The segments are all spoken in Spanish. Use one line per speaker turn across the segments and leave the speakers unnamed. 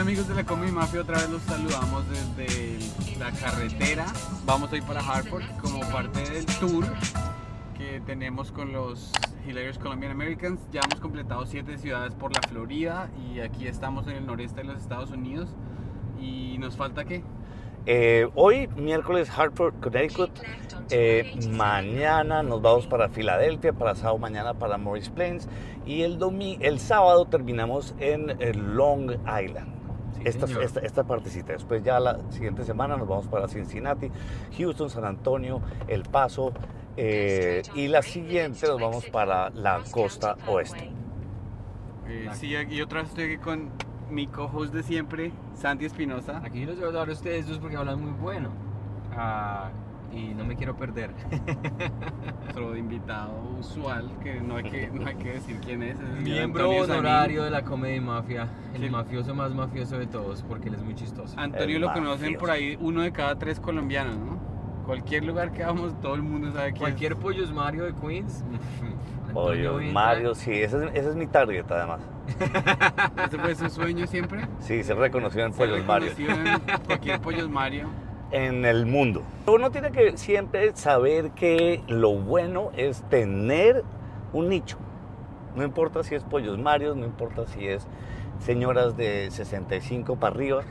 amigos de la Comedy Mafia, otra vez los saludamos desde la carretera. Vamos a ir para Hartford como parte del tour que tenemos con los Hilarious Colombian Americans. Ya hemos completado siete ciudades por la Florida y aquí estamos en el noreste de los Estados Unidos. ¿Y nos falta qué?
Eh, hoy, miércoles, Hartford, Connecticut. Eh, mañana nos vamos para Filadelfia, para sábado mañana para Morris Plains. Y el, domi el sábado terminamos en eh, Long Island.
Sí,
Esta,
señor.
esta, esta partecita. Después ya la siguiente semana nos vamos para Cincinnati, Houston, San Antonio, El Paso. eh, y la siguiente nos vamos para la costa oeste.
Eh, sí, y otra vez estoy aquí con mi co-host de siempre, Santi Espinosa.
Aquí los voy a hablar a ustedes dos porque hablan muy bueno. Ah, y no me quiero perder.
nuestro invitado usual, que no hay que, no hay que decir quién es. es el señor
Miembro
Antonio Sanín.
honorario de la Comedy Mafia. El
Sí. Ah,
mafioso más mafioso de todos porque él es muy chistoso.
Antonio
El
lo conocen
mafioso.
por ahí uno de cada tres colombianos, ¿no? Cualquier lugar que vamos, todo el mundo sabe quién
Cualquier pollo es Mario de Queens. Antonio
Oye,
Venta.
Mario, sí, ese es, ese es mi target además.
es. ¿Ese fue su sueño siempre?
Sí, se reconoció en Pueblos
Ser
Mario.
reconocido en cualquier Pollos Mario.
en el mundo. Uno tiene que siempre saber que lo bueno es tener un nicho. No importa si es pollos marios, no importa si es señoras de 65 para arriba.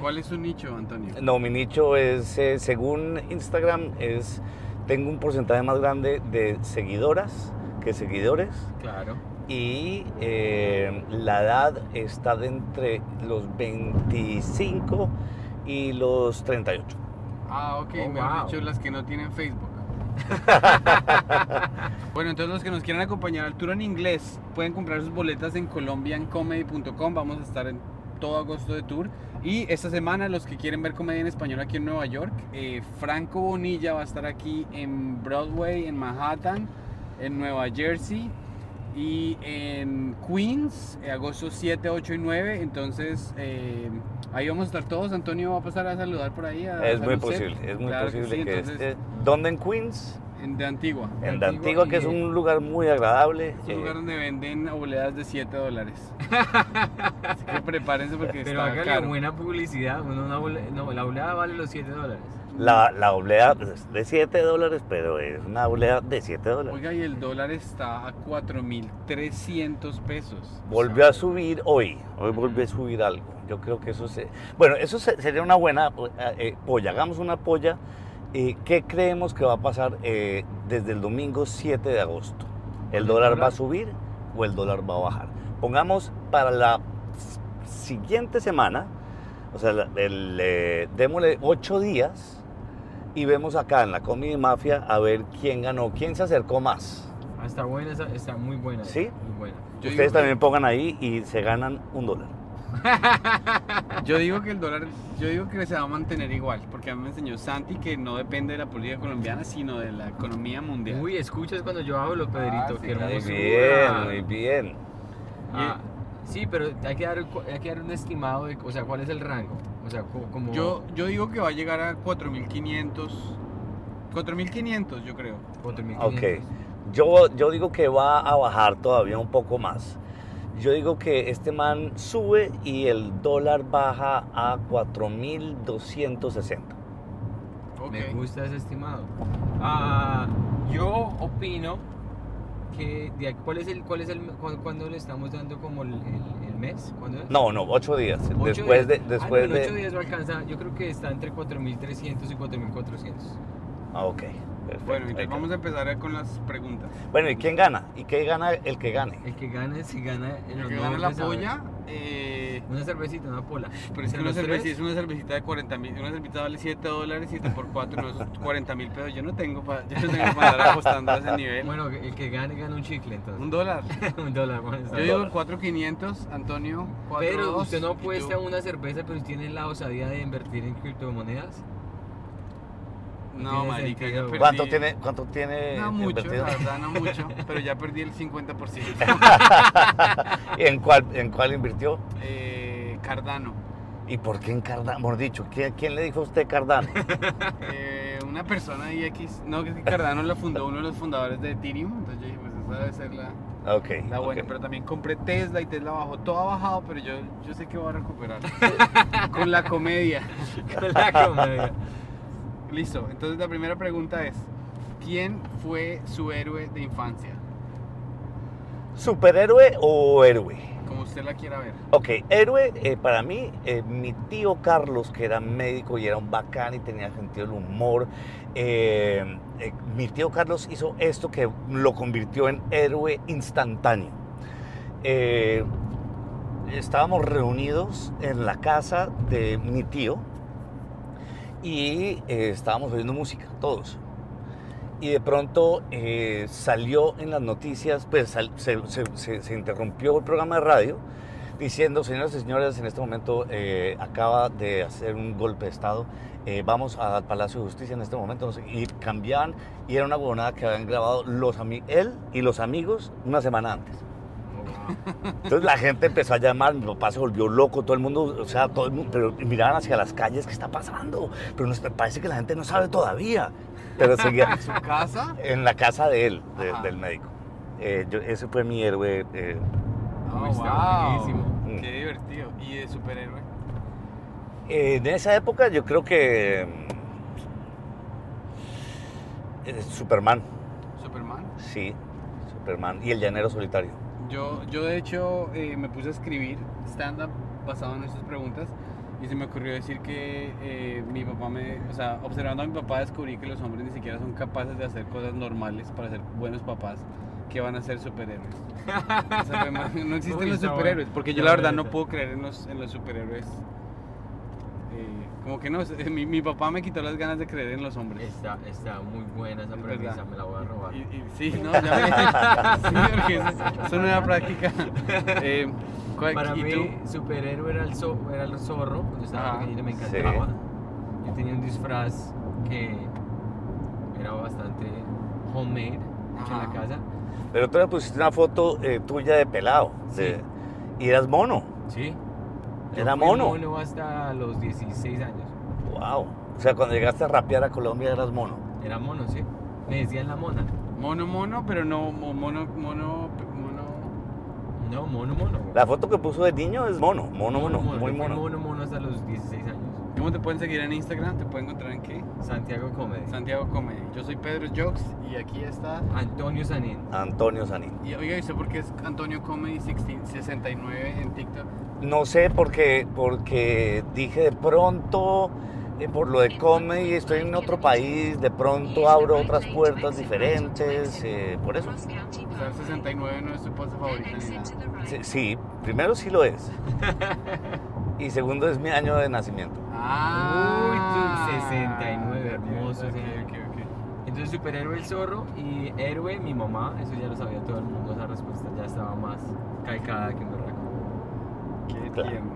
¿Cuál es su nicho, Antonio?
No, mi nicho es, eh, según Instagram, es tengo un porcentaje más grande de seguidoras que seguidores
Claro.
y eh, la edad está de entre los 25 y los 38.
Ah, ok,
Oh,
me han
wow.
dicho las que no tienen Facebook. bueno, entonces los que nos quieran acompañar al tour en inglés pueden comprar sus boletas en colombiancomedy.com. Vamos a estar en todo agosto de tour. Y esta semana los que quieren ver comedia en español aquí en Nueva York, eh, Franco Bonilla va a estar aquí en Broadway, en Manhattan, en Nueva Jersey y en Queens, eh, agosto 7, 8 y 9. Entonces eh, ahí vamos a estar todos. Antonio va a pasar a saludar por ahí. a-
Es
a
muy
Lucet.
posible, es muy
Ah, Claro que
posible
sí,
que,
entonces-
esté. ¿Dónde en Queens?
En- de Antigua.
En
Antigua
la Antigua, que es
y-
un lugar muy agradable.
Es
eh,
un lugar donde venden obleas de 7 dólares. Así que prepárense porque
Pero
está
hágale
caro.
buena publicidad. Uno, una bole- no, la oleada vale los 7 dólares.
la, la oblea pues, es de 7 dólares, pero es una oblea de 7 dólares.
Oiga, y el dólar está a 4.300 pesos.
Volvió a subir hoy, hoy volvió a subir algo. Yo creo que eso se... Bueno, eso se- sería una buena eh, eh, polla. Hagamos una polla. eh, ¿Qué creemos que va a pasar eh, desde el domingo 7 de agosto? ¿El
¿El
dólar va a
dólar?
subir o el dólar va a bajar? Pongamos para la s- siguiente semana, o sea, la- el, eh, démosle 8 días y vemos acá en la Comedy Mafia a ver quién ganó, quién se acercó más.
Ah, está buena, esa- está, muy buena.
¿Sí?
Muy buena.
Yo digo,
Ustedes
que-
también pongan ahí y se ganan un dólar.
yo digo que el dólar, yo digo que se va a mantener igual, porque a mí me enseñó Santi que no depende de la política colombiana, sino de la economía mundial.
Uy, escuchas cuando yo hablo, Pedrito.
Ah, sí,
qué
claro.
hermosura.
Muy bien, muy bien.
Ah, sí, pero hay que, dar, cu- hay que dar un estimado de, o sea, cuál es el rango. O sea, co- como...
Yo, yo digo que va a llegar a 4.500. 4.500 yo creo.
4.500.
Yo, yo digo que va a bajar todavía un poco más. Yo digo que este man sube y el dólar baja a 4.260.
Ok.
Me gusta ese estimado. Ah, yo opino que... de- ¿Cuál es el... Cuál es el cu- ¿Cuándo le estamos dando como el, el- el mes? ¿Cuándo es?
No, no, 8 días.
Ocho
después
días.
de...
Ah,
Después
no, en ocho
de...
días no alcanza. Yo creo que está entre 4.300 y 4.400.
Ah, ok. perfecto.
Bueno,
Ahí
entonces
queda.
vamos a empezar con las preguntas.
Bueno, ¿y quién gana? ¿Y qué gana el que gane?
El que gane, si gana el
El que
honor
gana la
de saber.
polla, eh,
Una cervecita, una pola.
pero es que
¿Entre
una
los
cervecita,
tres?
es una cervecita de 40 mil, una cervecita vale 7 dólares, 7 por 4, no, eso es 40 mil pesos. Yo no tengo para no tengo pa andar apostando a ese nivel.
Bueno, el que gane, gana un chicle, entonces.
Un dólar.
un dólar, bueno, está
Yo digo 4,500, Antonio. 4,
Pero usted no apuesta a una cerveza, pero tiene la osadía de invertir en criptomonedas.
No,
tiene
marica, ya
sentido.
perdí.
¿Cuánto tiene, cuánto tiene
No mucho,
invertido?
la verdad, no mucho, pero ya perdí el 50%.
¿Y en cuál, en cuál invirtió?
Eh, Cardano.
¿Y por qué en Cardano? Mejor dicho, ¿quién, quién le dijo a usted Cardano?
Eh, una persona de X. No, que es que Cardano la fundó uno de los fundadores de Ethereum. Entonces yo dije, pues esa debe ser la.
Ok.
La buena,
ok.
pero también compré Tesla y Tesla bajó. Todo ha bajado, pero yo, yo sé que voy a recuperar. Con la comedia.
Con la comedia.
Listo. Entonces la primera pregunta es, ¿quién fue su héroe de infancia?
¿Superhéroe o héroe?
Como usted la quiera ver.
Ok, héroe eh, para mí, eh, mi tío Carlos, que era médico y era un bacán y tenía sentido del humor. eh, eh, mi tío Carlos hizo esto que lo convirtió en héroe instantáneo. Eh, estábamos reunidos en la casa de mi tío y eh, estábamos oyendo música, todos. Y de pronto eh, salió en las noticias, pues sal- se- se- se- se interrumpió el programa de radio diciendo, señoras y señores, en este momento eh, acaba de hacer un golpe de Estado, eh, vamos al Palacio de Justicia en este momento, no sé, y cambiaban, y era una huevonada que habían grabado los ami- él y los amigos una semana antes.
Oh,
Entonces la gente empezó a llamar, mi papá se volvió loco, todo el mundo, o sea, todo el mundo, pero miraban hacia las calles, ¿qué está pasando? Pero nos- parece que la gente no sabe todavía, pero seguía
¿Su casa?
en la casa de él, de-
Ajá.
del médico. Eh, yo- ese fue mi héroe eh,
Oh,
está
wow.
buenísimo.
Qué divertido. ¿Y de superhéroe?
Eh, En esa época yo creo que mm, eh, Superman,
¿Superman?
sí, Superman y el llanero solitario.
Yo, yo de hecho eh, me puse a escribir stand-up basado en estas preguntas y se me ocurrió decir que eh, mi papá me, o sea, observando a mi papá descubrí que los hombres ni siquiera son capaces de hacer cosas normales para ser buenos papás que van a ser superhéroes. O sea, fue más- no existen
Uy,
los
está bueno.
superhéroes, porque yo
Está
la verdad
bueno
no
esa.
puedo creer en los, en los superhéroes. Eh, como que no, o sea, mi, mi papá me quitó las ganas de creer en los hombres.
Está, está muy buena esa
Es
premisa,
verdad.
me la voy a robar.
Y, y- sí, no, ya me- sí, porque es, es una nueva práctica. Eh, ¿cuál-
Para
y
mí,
tú?
superhéroe era el, zo- era el zorro. Cuando estaba
Ajá.
pequeño me
Sí.
encantaba. Yo tenía un disfraz que era bastante homemade, hecho en la
Ajá.
casa.
Pero tú le pusiste una foto eh, tuya de pelado de-
Sí.
y eras mono.
Sí. Yo
Era
fui
mono.
mono hasta los 16 años.
Wow. O sea, cuando llegaste a rapear a Colombia eras mono.
Era mono, sí. Me decían la mona.
Mono, mono, pero no, mo- mono, mono, mono.
No, mono, mono.
La foto que puso de niño es mono, mono, mono, muy
Yo fui
mono.
mono, mono hasta los 16 años.
¿Cómo te pueden seguir en Instagram? ¿Te pueden encontrar en qué?
Santiago Comedy.
Santiago Comedy. Yo soy Pedro Jokes y aquí está.
Antonio Sanín.
Antonio Sanín.
Y oiga, ¿y sé por qué es Antonio Comedy 16 69 en TikTok?
No sé porque porque dije de pronto eh, por lo de comedy estoy en otro país, de pronto abro otras puertas diferentes, eh, por eso.
O sea, el 69 no es tu pose favorita ni nada.
Sí, sí, primero sí lo es. Y segundo es mi año de nacimiento.
Ah,
Uy, tú, 69,
ok,
hermoso,
ok,
señor.
ok, ok.
Entonces, superhéroe el zorro y héroe mi mamá. Eso ya lo sabía todo el mundo. Esa respuesta ya estaba más calcada que un berraco.
Qué
Claro.
tierno.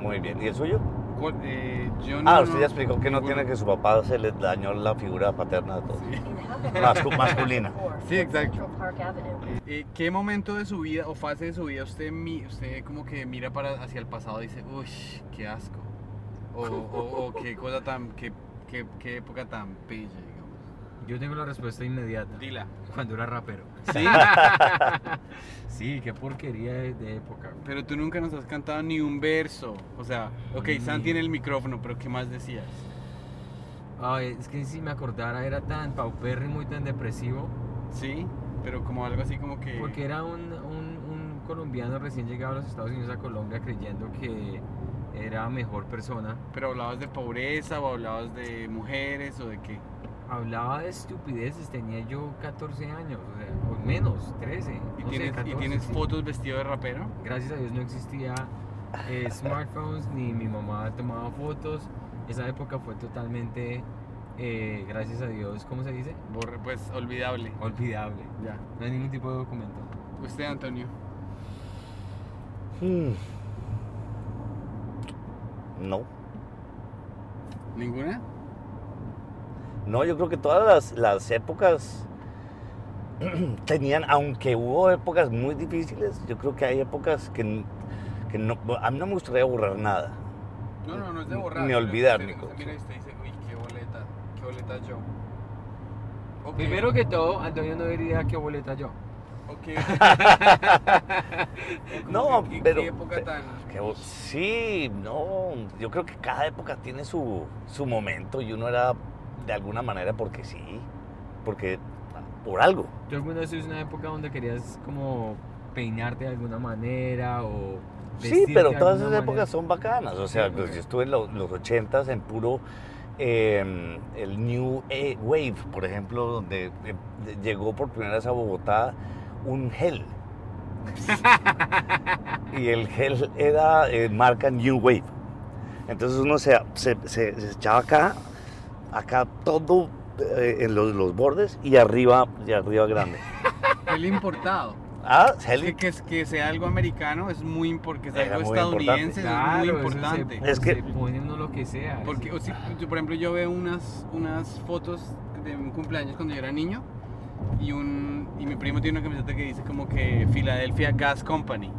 Muy bien. ¿Y el suyo?
¿Cuál- eh, yo no,
Ah, usted ya explicó que no
ninguno.
tiene que su papá se le dañó la figura paterna de todos. Mascu-
Mascu
masculina.
masculina.
Sí, exacto. Eh, ¿Qué momento de su vida o fase de su vida usted, mi- usted como que mira para hacia el pasado y dice, uy, qué asco? O, o- o qué cosa tan, qué, qué- qué época tan pelle, digamos.
Yo tengo la respuesta inmediata.
Dila.
Cuando era rapero.
Sí,
Sí, qué porquería de, de época. güey.
pero tú nunca nos has cantado ni un verso. O sea, ok, San
Mm.
tiene el micrófono, pero ¿qué más decías?
Ay, es que si me acordara era tan paupérrimo y tan depresivo.
Sí, pero como algo así como que...
Porque era un, un- un colombiano recién llegado a los Estados Unidos a Colombia creyendo que era mejor persona.
Pero hablabas de pobreza o hablabas de mujeres o de qué.
Hablaba de estupideces, tenía yo 14 años, o sea, o menos, 13.
¿Y
no sé,
tienes, y
14,
tienes
sí.
fotos vestido de rapero?
Gracias a Dios no existía eh, smartphones, ni mi mamá tomaba fotos. Esa época fue totalmente, eh, gracias a Dios, ¿cómo se dice?
Borre, pues, olvidable.
Olvidable.
Ya.
No hay ningún tipo de documento.
Usted, Antonio.
Hmm. No.
¿Ninguna?
No, yo creo que todas las, las épocas tenían, aunque hubo épocas muy difíciles, yo creo que hay épocas que, n- que no, a mí no me gustaría borrar nada.
No, no, no es de
Ni-
borrar.
ni
pero
olvidar,
usted-
Nico.
usted Mira, y usted dice, uy, qué boleta, qué boleta yo. Ok.
Primero que todo, Antonio no diría qué boleta yo.
No,
¿Qué,
pero-
qué época tan...
Que vos- sí, no, yo creo que cada época tiene su, su momento y uno era de alguna manera porque sí, porque por algo.
¿Tú alguna vez tuviste una época donde querías como peinarte de alguna manera o
Sí,
vestirte
pero
de
todas
alguna
esas
manera?
épocas son bacanas. O sea,
Sí,
pues,
ok.
yo estuve en lo- los 80s en puro eh, el New eh, Wave, por ejemplo, donde eh, de- llegó por primera vez a Bogotá un gel. y el gel era eh, marca New Wave. Entonces uno se, se, se- se echaba acá, acá todo eh, en los, los bordes y arriba, y arriba grande.
El importado.
Ah,
Es
gel
que, que, es- que sea algo americano es muy importante, que sea
Era
algo
muy importante.
estadounidense
Claro,
es
eso
muy importante.
Se,
Es que-
se pone uno lo que sea.
Porque,
eso.
o si- yo, por ejemplo, yo veo unas, unas fotos de un cumpleaños cuando yo era niño y, un, y mi primo tiene una camiseta que dice como que Philadelphia Gas Company.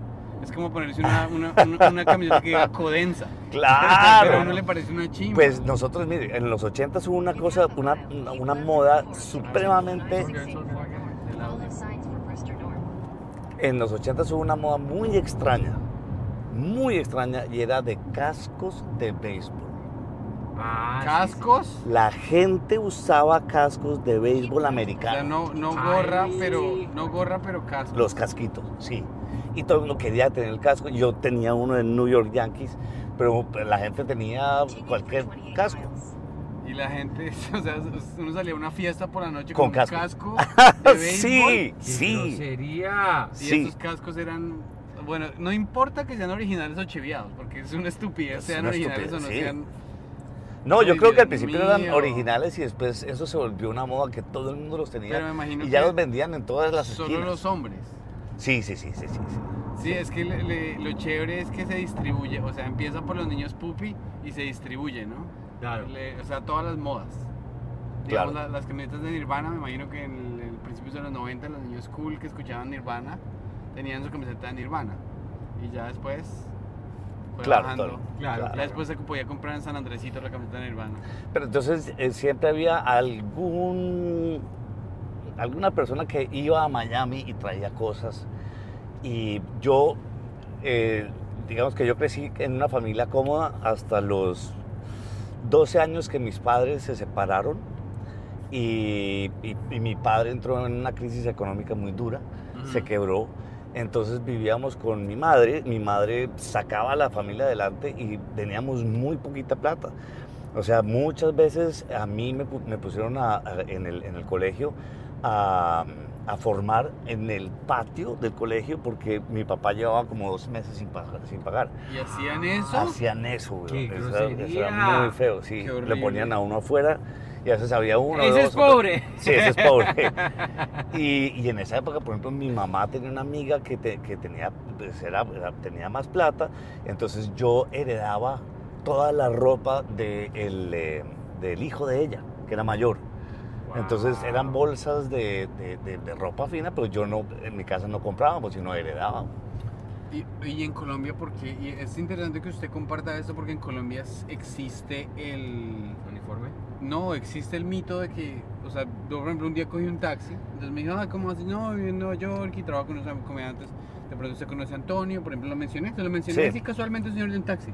Es como ponerse una, una, una, una camiseta que diga Codensa. Pero a uno
claro.
le parece una chimba.
Ah, Pues nosotros, mire, en los 80 hubo una cosa, una, una- una moda supremamente, en los 80 hubo una moda muy extraña, muy extraña, y era de cascos de béisbol.
Ah, sí,
Cascos.
La gente usaba cascos de béisbol
O sea,
americano,
no, no gorra,
Ay.
pero no gorra, pero cascos.
los casquitos, sí. Y todo el mundo quería tener el casco. Yo tenía uno en New York Yankees, pero la gente tenía cualquier casco.
Y la gente, o sea, uno salía a una fiesta por la noche
Con
con,
casco.
un casco de béisbol.
Sí,
sí.
sí.
Sería.
Y
Sí.
esos cascos eran. Bueno, no importa que sean originales o chiviados, porque es una estupidez,
Es
sean
una
originales o no
estupidez, sí.
sean.
No, yo
Ay,
creo que al
Dios
principio eran
mío.
originales y después eso se volvió una moda que todo el mundo los tenía.
Pero me imagino
Y ya
que
los vendían en todas las
solo
esquinas.
los hombres.
Sí, sí, sí, sí, sí. sí.
Sí, es que le- le- lo chévere es que se distribuye, o sea, empieza por los niños pupi y se distribuye, ¿no?
Claro.
Le- o sea, todas las modas. Digamos, la-
Claro.
las camionetas de Nirvana, me imagino que en el, el principios de los 90 los niños cool que escuchaban Nirvana tenían su camiseta de Nirvana. Y ya después fue
Claro,
Pues bajando.
claro,
claro,
Ya después se podía comprar en San Andresito la camiseta de Nirvana.
Pero entonces eh, siempre había algún alguna persona que iba a Miami y traía cosas. Y yo, eh, digamos que yo crecí en una familia cómoda hasta los 12 años que mis padres se separaron y, y- y mi padre entró en una crisis económica muy dura. se
Ujú.
quebró. Entonces vivíamos con mi madre, mi madre sacaba a la familia adelante y teníamos muy poquita plata. O sea, muchas veces a mí me, pu- me pusieron a- a- en, el, en el colegio a, a formar en el patio del colegio porque mi papá llevaba como dos meses sin, pagar- sin pagar.
Y hacían eso.
Hacían eso, güey.
¿Ah, ¡Qué
Eso era- eso era
grosería!
muy feo, sí.
¡Qué
Le
horrible!
ponían a uno afuera y a veces había uno.
Ese
dos,
es
otro-
pobre.
Sí, ese es pobre. Y, y en esa época, por ejemplo, mi mamá tenía una amiga que, te- que tenía, pues, era- era- tenía más plata, entonces yo heredaba toda la ropa de el, eh, del hijo de ella, que era mayor. Entonces
Wow.
eran bolsas de, de- de- de ropa fina, pero yo no, en mi casa no comprábamos, sino heredábamos.
Y, y en Colombia, porque y es interesante que usted comparta esto, porque en Colombia s- existe el.
Uniforme.
No, existe el mito de que, o sea, yo por ejemplo un día cogí un taxi, entonces me dijo, ah, ¿cómo así? No, vivo en Nueva York y trabajo con unos comediantes, de pronto usted conoce a Antonio, por ejemplo lo mencioné, se lo mencioné
Sí.
así casualmente un señor de un taxi.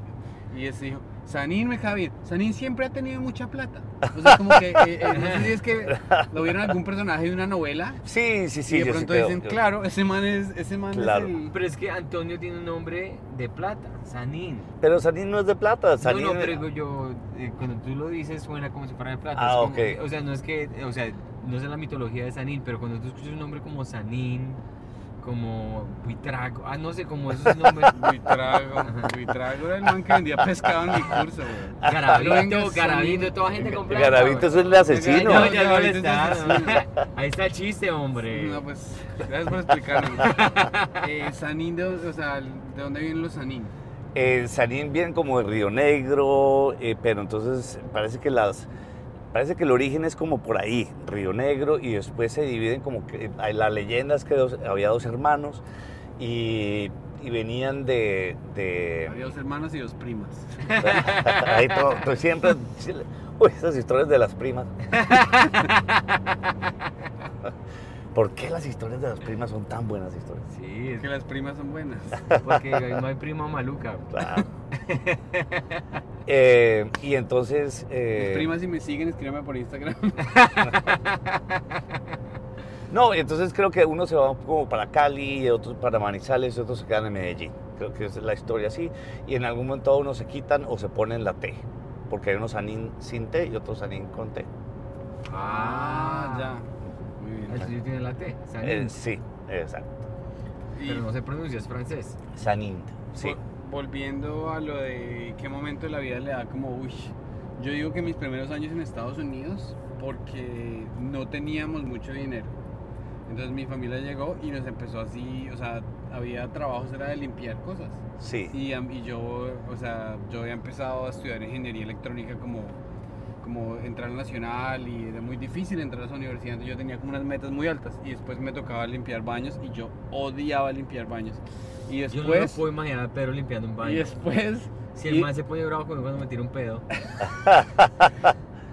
Y ese dijo, Sanín me cae bien, Sanín siempre ha tenido mucha plata. O sea, como que, eh, eh, no sé si es que lo vieron algún personaje de una novela
Sí, sí, sí.
y de
yo sí
pronto
creo,
dicen,
yo-
claro, ese man es, ese man
Claro.
es el...
Pero es que Antonio tiene un nombre de plata, Sanín.
Pero Sanín no es de plata, Sanín...
No, no, pero digo yo, eh, cuando tú lo dices suena como si fuera de plata.
Ah,
es como-
ok.
O sea, no es que, o sea, no sé la mitología de Sanín, pero cuando tú escuchas un nombre como Sanín, como Buitrago, ah, no sé, como esos nombres.
Buitrago, Buitrago era el man que vendía pescado en mi curso, güey. Pero venga,
Garabito,
Sanín.
Garabito, toda gente con plata.
Garavito es
güey.
el asesino.
Ya, ya, ya,
Garabito es
está. Ahí está el chiste, hombre.
No, pues, gracias por explicarnos. eh, Sanín, de, o sea, ¿de dónde vienen los Sanín?
Eh, salían bien como de Río Negro, eh, pero entonces parece que las parece que el origen es como por ahí, Río Negro, y después se dividen como que hay las leyendas que dos- había dos hermanos y, y venían de, de-
Había dos hermanas y dos primas.
ahí todo- todo siempre uy, esas historias de las primas. ¿Por qué las historias de las primas son tan buenas historias?
Sí, es
Que las primas son buenas.
porque ahí no hay prima maluca.
Claro. Eh, y entonces... eh,
Mis primas, si me siguen, escríbame por Instagram.
No, y entonces creo que uno se va como para Cali, y otros para Manizales y otros se quedan en Medellín. Creo que es la historia así. Y en algún momento a uno se quitan o se ponen la T. Porque hay unos anín sin T y otros anín con T.
Ah, ya. Muy
El
bien.
tuyo este tiene la T, Sanín.
Eh, sí, exacto.
Y
Pero no se pronuncia, es francés.
Sanín, sí.
Vol- Volviendo a lo de qué momento de la vida le da como, uy, yo digo que mis primeros años en Estados Unidos porque no teníamos mucho dinero. Entonces mi familia llegó y nos empezó así, o sea, había trabajos, era de limpiar cosas.
Sí.
Y, am- y yo, o sea, yo había empezado a estudiar ingeniería electrónica como, como entrar al nacional y era muy difícil entrar a esa universidad. Entonces yo tenía como unas metas muy altas y después me tocaba limpiar baños y yo odiaba limpiar baños. Y
Yo no me
después...
puedo imaginar a Pedro limpiando un
Y
baño.
después,
Si el
y-
man se pone bravo conmigo cuando me tira un pedo.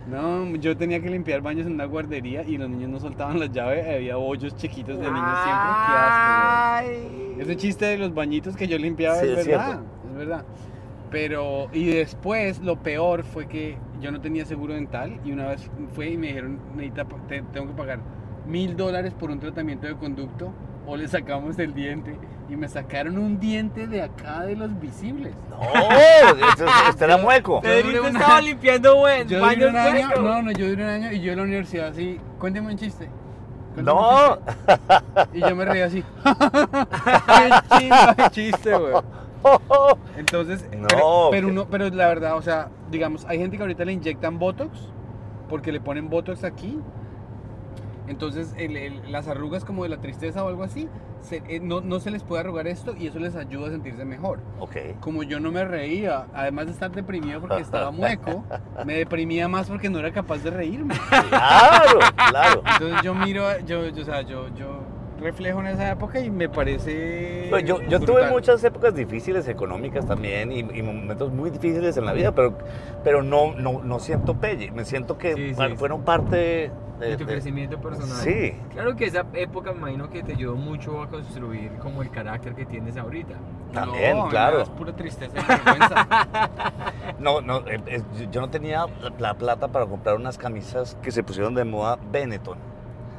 no, yo tenía que limpiar baños en una guardería y los niños no soltaban la llave, había hoyos chiquitos de niños siempre, qué asco.
Ay.
güey. Ese chiste de los bañitos que yo limpiaba
Sí,
es,
es
verdad, es verdad. Pero, y después lo peor fue que yo no tenía seguro dental y una vez fue y me dijeron, "Necesita pa- te- tengo que pagar mil dólares por un tratamiento de conducto o le sacamos el diente y me sacaron un diente de acá de los visibles.
No, esto, esto era
Yo-
mueco.
yo-
Pedrito
duré un
estaba
año-
limpiando buen,
Yo duré
baños
un año,
huecos.
no, no, yo duré un año y yo en la universidad así, cuénteme un chiste. cuénteme un
No,
chiste". Y yo me reía así. qué chiste, qué chiste, güey. Entonces,
No,
pero, pero
qué-
uno, pero la verdad, o sea, digamos, hay gente que ahorita le inyectan Botox porque le ponen Botox aquí. Entonces, el- el- las arrugas como de la tristeza o algo así, se- eh, no, no se les puede arrugar esto y eso les ayuda a sentirse mejor
ok.
como yo no me reía, además de estar deprimido porque estaba mueco, me deprimía más porque no era capaz de reírme.
Claro, claro.
Entonces yo miro, yo, yo, o sea, yo, yo reflejo en esa época y me parece.
Pues yo, yo tuve
brutal.
muchas épocas difíciles económicas también y, y momentos muy difíciles en la vida, pero, pero no, no, no siento pelle. Me siento que
Sí, sí,
bueno,
sí.
fueron parte
De
de...
tu
de-
crecimiento personal.
sí,
Claro que esa época me imagino que te ayudó mucho a construir como el carácter que tienes ahorita.
también,
No,
claro.
Es pura tristeza y vergüenza.
No, no, eh, eh, yo no tenía la- la plata para comprar unas camisas que se pusieron de moda Benetton.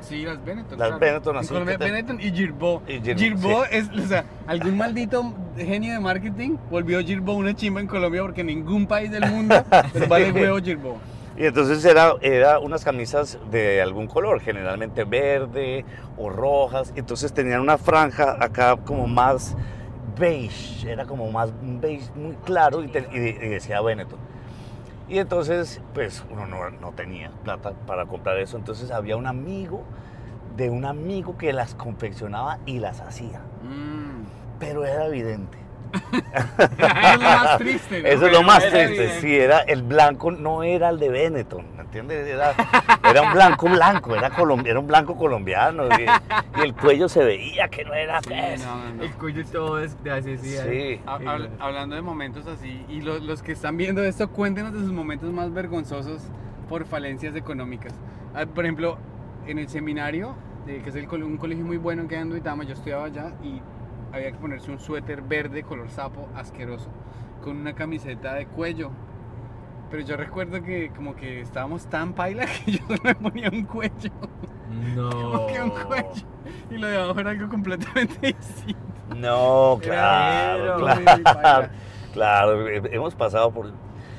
Sí, las Benetton.
Las
claro.
Benetton,
En
así
Colombia,
que te-
Benetton y Girbo.
Y Girbo,
Girbo es, o sea, algún maldito genio de marketing volvió Girbo una chimba en Colombia porque en ningún país del mundo les vale huevo Girbo.
Y entonces era, era unas camisas de algún color, generalmente verde o rojas. Entonces tenían una franja acá como más beige, era como más un beige muy claro y, te- y de- y decía Benetton. Y entonces, pues uno no, no tenía plata para comprar eso. Entonces había un amigo de un amigo que las confeccionaba y las hacía.
Mm.
Pero era evidente.
Eso es lo más triste. ¿no?
Eso es lo
Pero
más
era
triste,
evidente.
sí, era el blanco, no era el de Benetton, ¿me entiendes? Era, era un blanco blanco, era, colom- era un blanco colombiano y, y el cuello se veía que no era pues.
Sí, no, no, no.
El cuello todo es de asesina.
Sí.
Ha- habl-
Sí, claro.
hablando de momentos así, y lo- los que están viendo esto, cuéntenos de sus momentos más vergonzosos por falencias económicas. Ah, Por ejemplo, en el seminario, eh, que es el col- un colegio muy bueno que hay en Duitama, yo estudiaba allá y había que ponerse un suéter verde color sapo asqueroso con una camiseta de cuello. Pero yo recuerdo que como que estábamos tan paila que yo solo me ponía un cuello,
No.
que un cuello, y lo de abajo era algo completamente distinto.
No,
Era
claro,
muy
claro,
paila.
claro, he- hemos pasado por...
O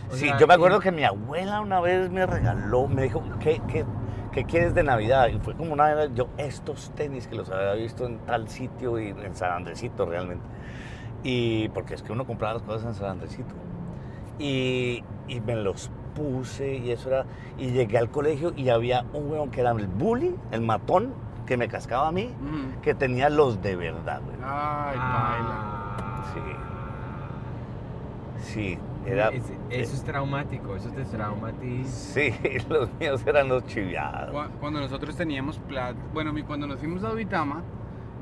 Sí,
sea,
yo me acuerdo
que-
que mi abuela una vez me regaló, me dijo, ¿qué, qué, qué quieres de Navidad? Y fue como una yo estos tenis que los había visto en tal sitio y en San Andresito realmente. Y porque es que uno compraba las cosas en San Andresito. Y, y me los puse y eso era... Y llegué al colegio y había un weón que era el bully, el matón, que me cascaba a mí,
Mm.
que tenía los de verdad, weón.
Ay, paila.
Ah.
Sí, era...
Es- eso es traumático, eso te traumatiza.
Sí, los míos eran los chiviados.
Cu- Cuando nosotros teníamos plata, bueno, mi- cuando nos fuimos a Duitama,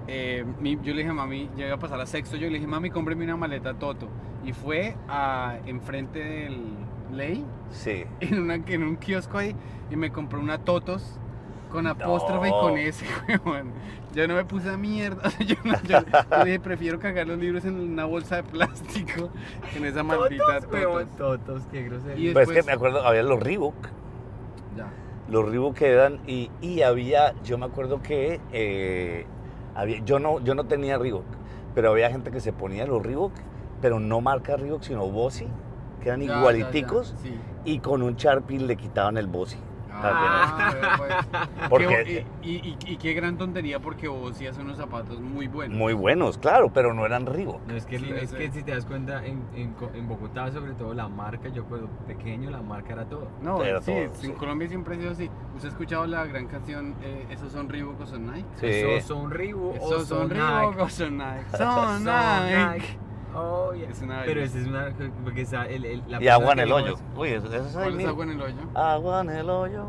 eh, mi- yo le dije a mami, ya iba a pasar a sexto, yo le dije, mami, cómpreme una maleta Toto. Y fue a, enfrente del Ley,
Sí.
en, una, en un kiosco ahí, y me compró una Totos Con apóstrofe y
No.
con ese, weón. Yo no me puse a mierda. O sea, yo, no- yo- yo dije, prefiero cagar los libros en una bolsa de plástico que en esa maldita
Totos, weón,
totos.
totos, qué
Y
grosero.
Pues es que
después-
me acuerdo, había los Reebok.
Ya.
los Reebok que eran y, y había, yo me acuerdo que eh, había, yo, no, yo no tenía Reebok, pero había gente que se ponía los Reebok, pero no marca Reebok, sino Bossy, que eran
Ya, ya, ya,
igualiticos
Sí.
y con un Sharpie le quitaban el Bossy.
Ah, bueno, pues.
Porque-
Qué- y, y- y qué gran tontería porque vos sí hace unos zapatos muy buenos.
Muy buenos, claro, pero no eran Reebok.
No, es que,
Sí,
es
sí.
que si te das cuenta, en, en, Co- en Bogotá, sobre todo la marca, yo cuando pequeño, la marca era todo.
No,
Pero
sí,
todo, sí.
en Colombia siempre ha sido así. ¿Usted ha escuchado la gran canción eh, Esos son Reebok o son Nike?
Sí.
Esos son Reebok o
Esos son
Oh, son
Reebok
Nike.
o son Nike.
Son
Son Nike.
Nike. Oh, yeah.
Es una
Pero
belleza.
esa es una... Porque esa, el, el, la
Y agua
persona
en
que
el
dijo
hoyo.
eso-
Uy, eso, eso es ahí
¿Cuál es
mismo.
agua en el hoyo?
Agua en el hoyo.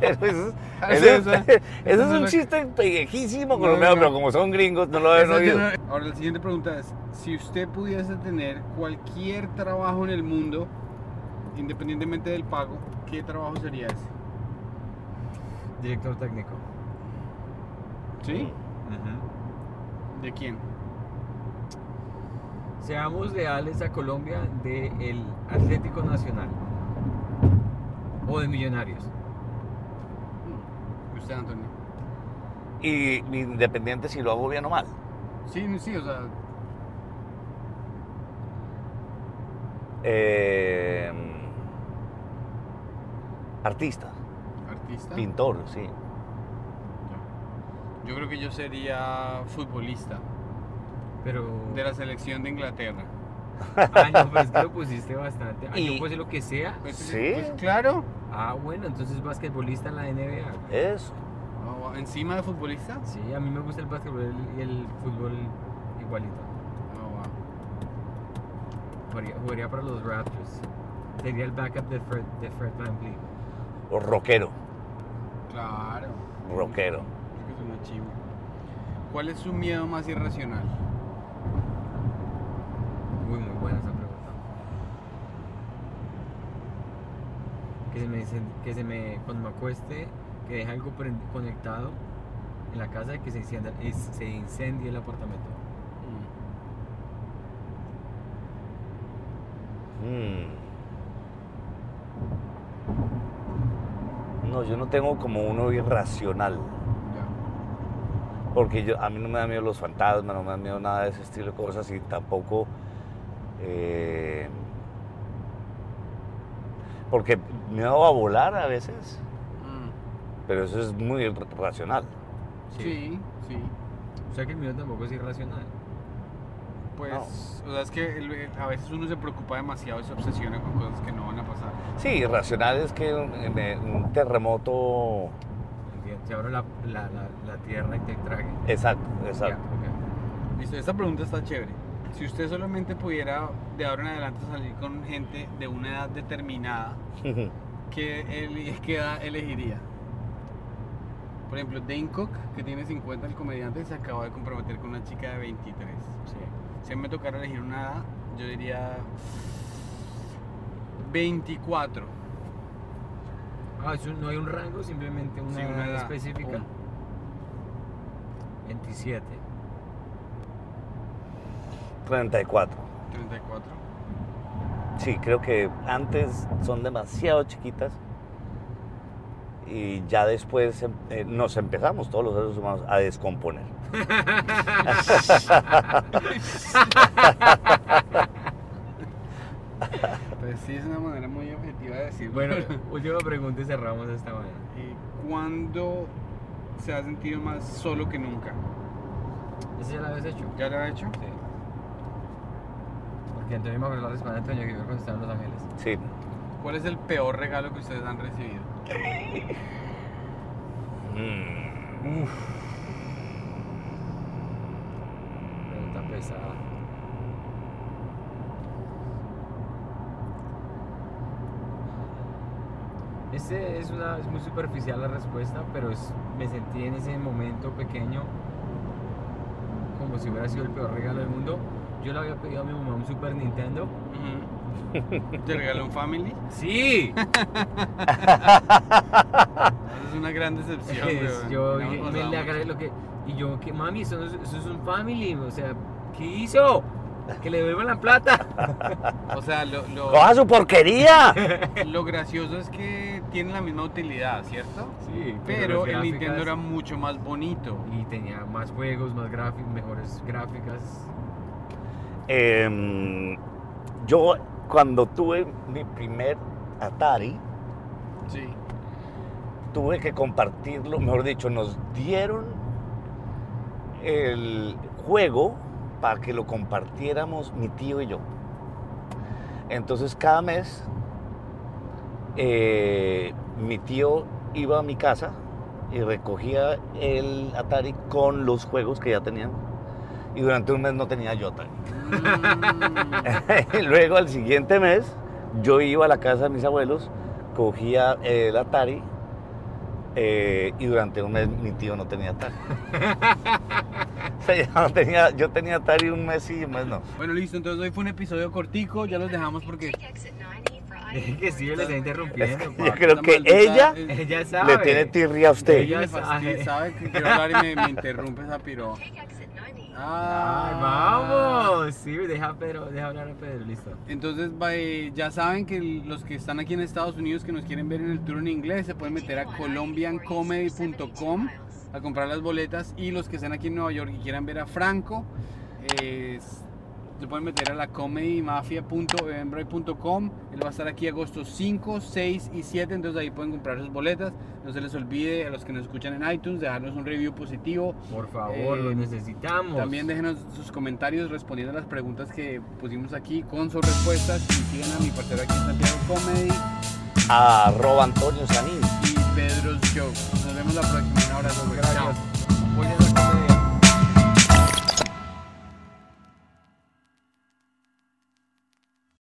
Pero eso, es-
Eso-
eso es- eso es
no
un
lo-
chiste pellejísimo
No,
colombiano,
no.
pero como son gringos no lo habían
Esa yo
oído.
no- Ahora la siguiente pregunta es, si usted pudiese tener cualquier trabajo en el mundo, independientemente del pago, ¿qué trabajo sería ese?
Director técnico.
¿Sí? ¿De quién?
Seamos leales a Colombia del Atlético Nacional. O de Millonarios.
Usted, Antonio.
Y independiente si lo hago bien o mal.
Sí, sí, o sea,
Eh, artista,
artista.
pintor, sí.
Yo creo que yo sería futbolista
Pero...
de la selección de Inglaterra.
Ah, no, pero es que lo pusiste bastante. Ah,
Y-
yo puse lo que sea.
Pues,
¿Sí?
pues, claro.
Ah, bueno, entonces basquetbolista en la NBA.
Eso.
Oh, ¿Encima de futbolista?
Sí, a mí me gusta el basquetbol y el fútbol igualito.
Oh, wow.
Jugaría, jugaría para los Raptors. Sería el backup de Fred, de Fred Van
O rockero,
Claro.
rockero.
Creo que es una chiva. ¿Cuál es su miedo más irracional?
Muy, muy buena esa pregunta. Que se me, dicen- que se me cuando me acueste, que deje algo prend- conectado en la casa y que se incendia, y se incendie el apartamento.
Mm,
Hmm. Mm. No, yo no tengo como uno irracional.
Ya.
Porque yo, a mí no me da miedo los fantasmas, no me da miedo nada de ese estilo de cosas y tampoco. eh, porque miedo a volar a veces,
Mm.
pero eso es muy racional.
Sí, sí.
O sea que el mío tampoco es irracional.
Pues,
No.
o sea, es que el- el- a veces uno se preocupa demasiado y se obsesiona con cosas que no van a pasar.
Sí, irracional es que un, en- en un terremoto.
Entiendo. Se abre la, la, la, la tierra y te trague.
Exacto, exacto.
Ya, ok.
Listo, esta pregunta está chévere. Si usted solamente pudiera de ahora en adelante salir con gente de una edad determinada, ¿qué, ele- qué edad elegiría? Por ejemplo, Dane Cook, que tiene 50, el comediante, se acaba de comprometer con una chica de 23.
Sí.
Si me tocara elegir una edad, yo diría 24.
Ah, eso no hay un rango, simplemente una,
Sí, una edad.
específica.
Pum.
27.
34.
34.
Sí, creo que antes son demasiado chiquitas y ya después em- eh, nos empezamos todos los seres humanos a descomponer.
Pues sí, es una manera muy objetiva de decirlo.
Bueno, última pregunta y cerramos esta mañana.
Eh, ¿Cuándo se ha sentido más solo que nunca?
¿Esa ya la habías hecho?
¿Ya lo ha hecho?
Sí. Porque Antonio me acordó la semana de Antonio que yo cuando estaba en Los Ángeles.
Sí,
¿Cuál es el peor regalo que ustedes han recibido?
Mm.
Pregunta pesada. Este es, una, es muy superficial la respuesta, pero es- me sentí en ese momento pequeño como si hubiera sido el peor regalo del mundo. yo le había pedido a mi mamá un Super Nintendo.
Ujú. ¿Te regaló un family?
¡Sí!
Esa es una gran decepción,
Es-
weón.
yo
Ya hemos
y- me
pasado
le
mucho.
agarré lo que. Y yo, que mami, eso, no es- eso es un family. O sea, ¿qué hizo? Que le devuelvan la plata.
O sea, lo, lo-
¡Coja ¡Ah, su porquería!
lo gracioso es que tiene la misma utilidad, ¿cierto?
Sí,
Pero el Nintendo era
era
mucho más bonito.
Y tenía más juegos, más gráficos, mejores gráficas.
Em, yo, cuando tuve mi primer Atari,
Sí.
tuve que compartirlo, mejor dicho, nos dieron el juego para que lo compartiéramos mi tío y yo. Entonces cada mes eh, mi tío iba a mi casa y recogía el Atari con los juegos que ya tenían. Y durante un mes no tenía yo Atari.
Mm.
Y Luego al siguiente mes yo iba a la casa de mis abuelos, cogía el Atari eh, y durante un mes mi tío no tenía Atari. O sea, yo, no tenía, yo tenía Atari un mes sí y un mes no.
bueno, listo, entonces hoy fue un episodio cortico, ya los dejamos porque
Es que sí, yo les estoy interrumpiendo.
Yo
papá.
creo
esta
que
maldita-
ella
eh,
Ella sabe.
le tiene tirria a usted.
Ella-
me fastidia, sabe que quiero hablar y me, me interrumpe esa piro. Ah,
Ay, vamos. Sí, deja, Pedro, deja hablar a Pedro, listo.
Entonces, va, eh, ya saben que los que están aquí en Estados Unidos que nos quieren ver en el tour en inglés se pueden meter a colombiancomedy.com a comprar las boletas y los que están aquí en Nueva York y quieran ver a Franco eh, se pueden meter a la comedymafia.eventbrite.com él va a estar aquí agosto 5, 6 y 7 entonces ahí pueden comprar sus boletas no se les olvide a los que nos escuchan en iTunes dejarnos un review positivo
Por favor,
Eh,
lo necesitamos.
también déjenos sus comentarios respondiendo a las preguntas que pusimos aquí con sus respuestas y sigan a mi partner aquí en Santiago Comedy
Arroba Antonio Sanín.
y Pedro's Show nos vemos la próxima un abrazo güey.
Gracias.
Chao.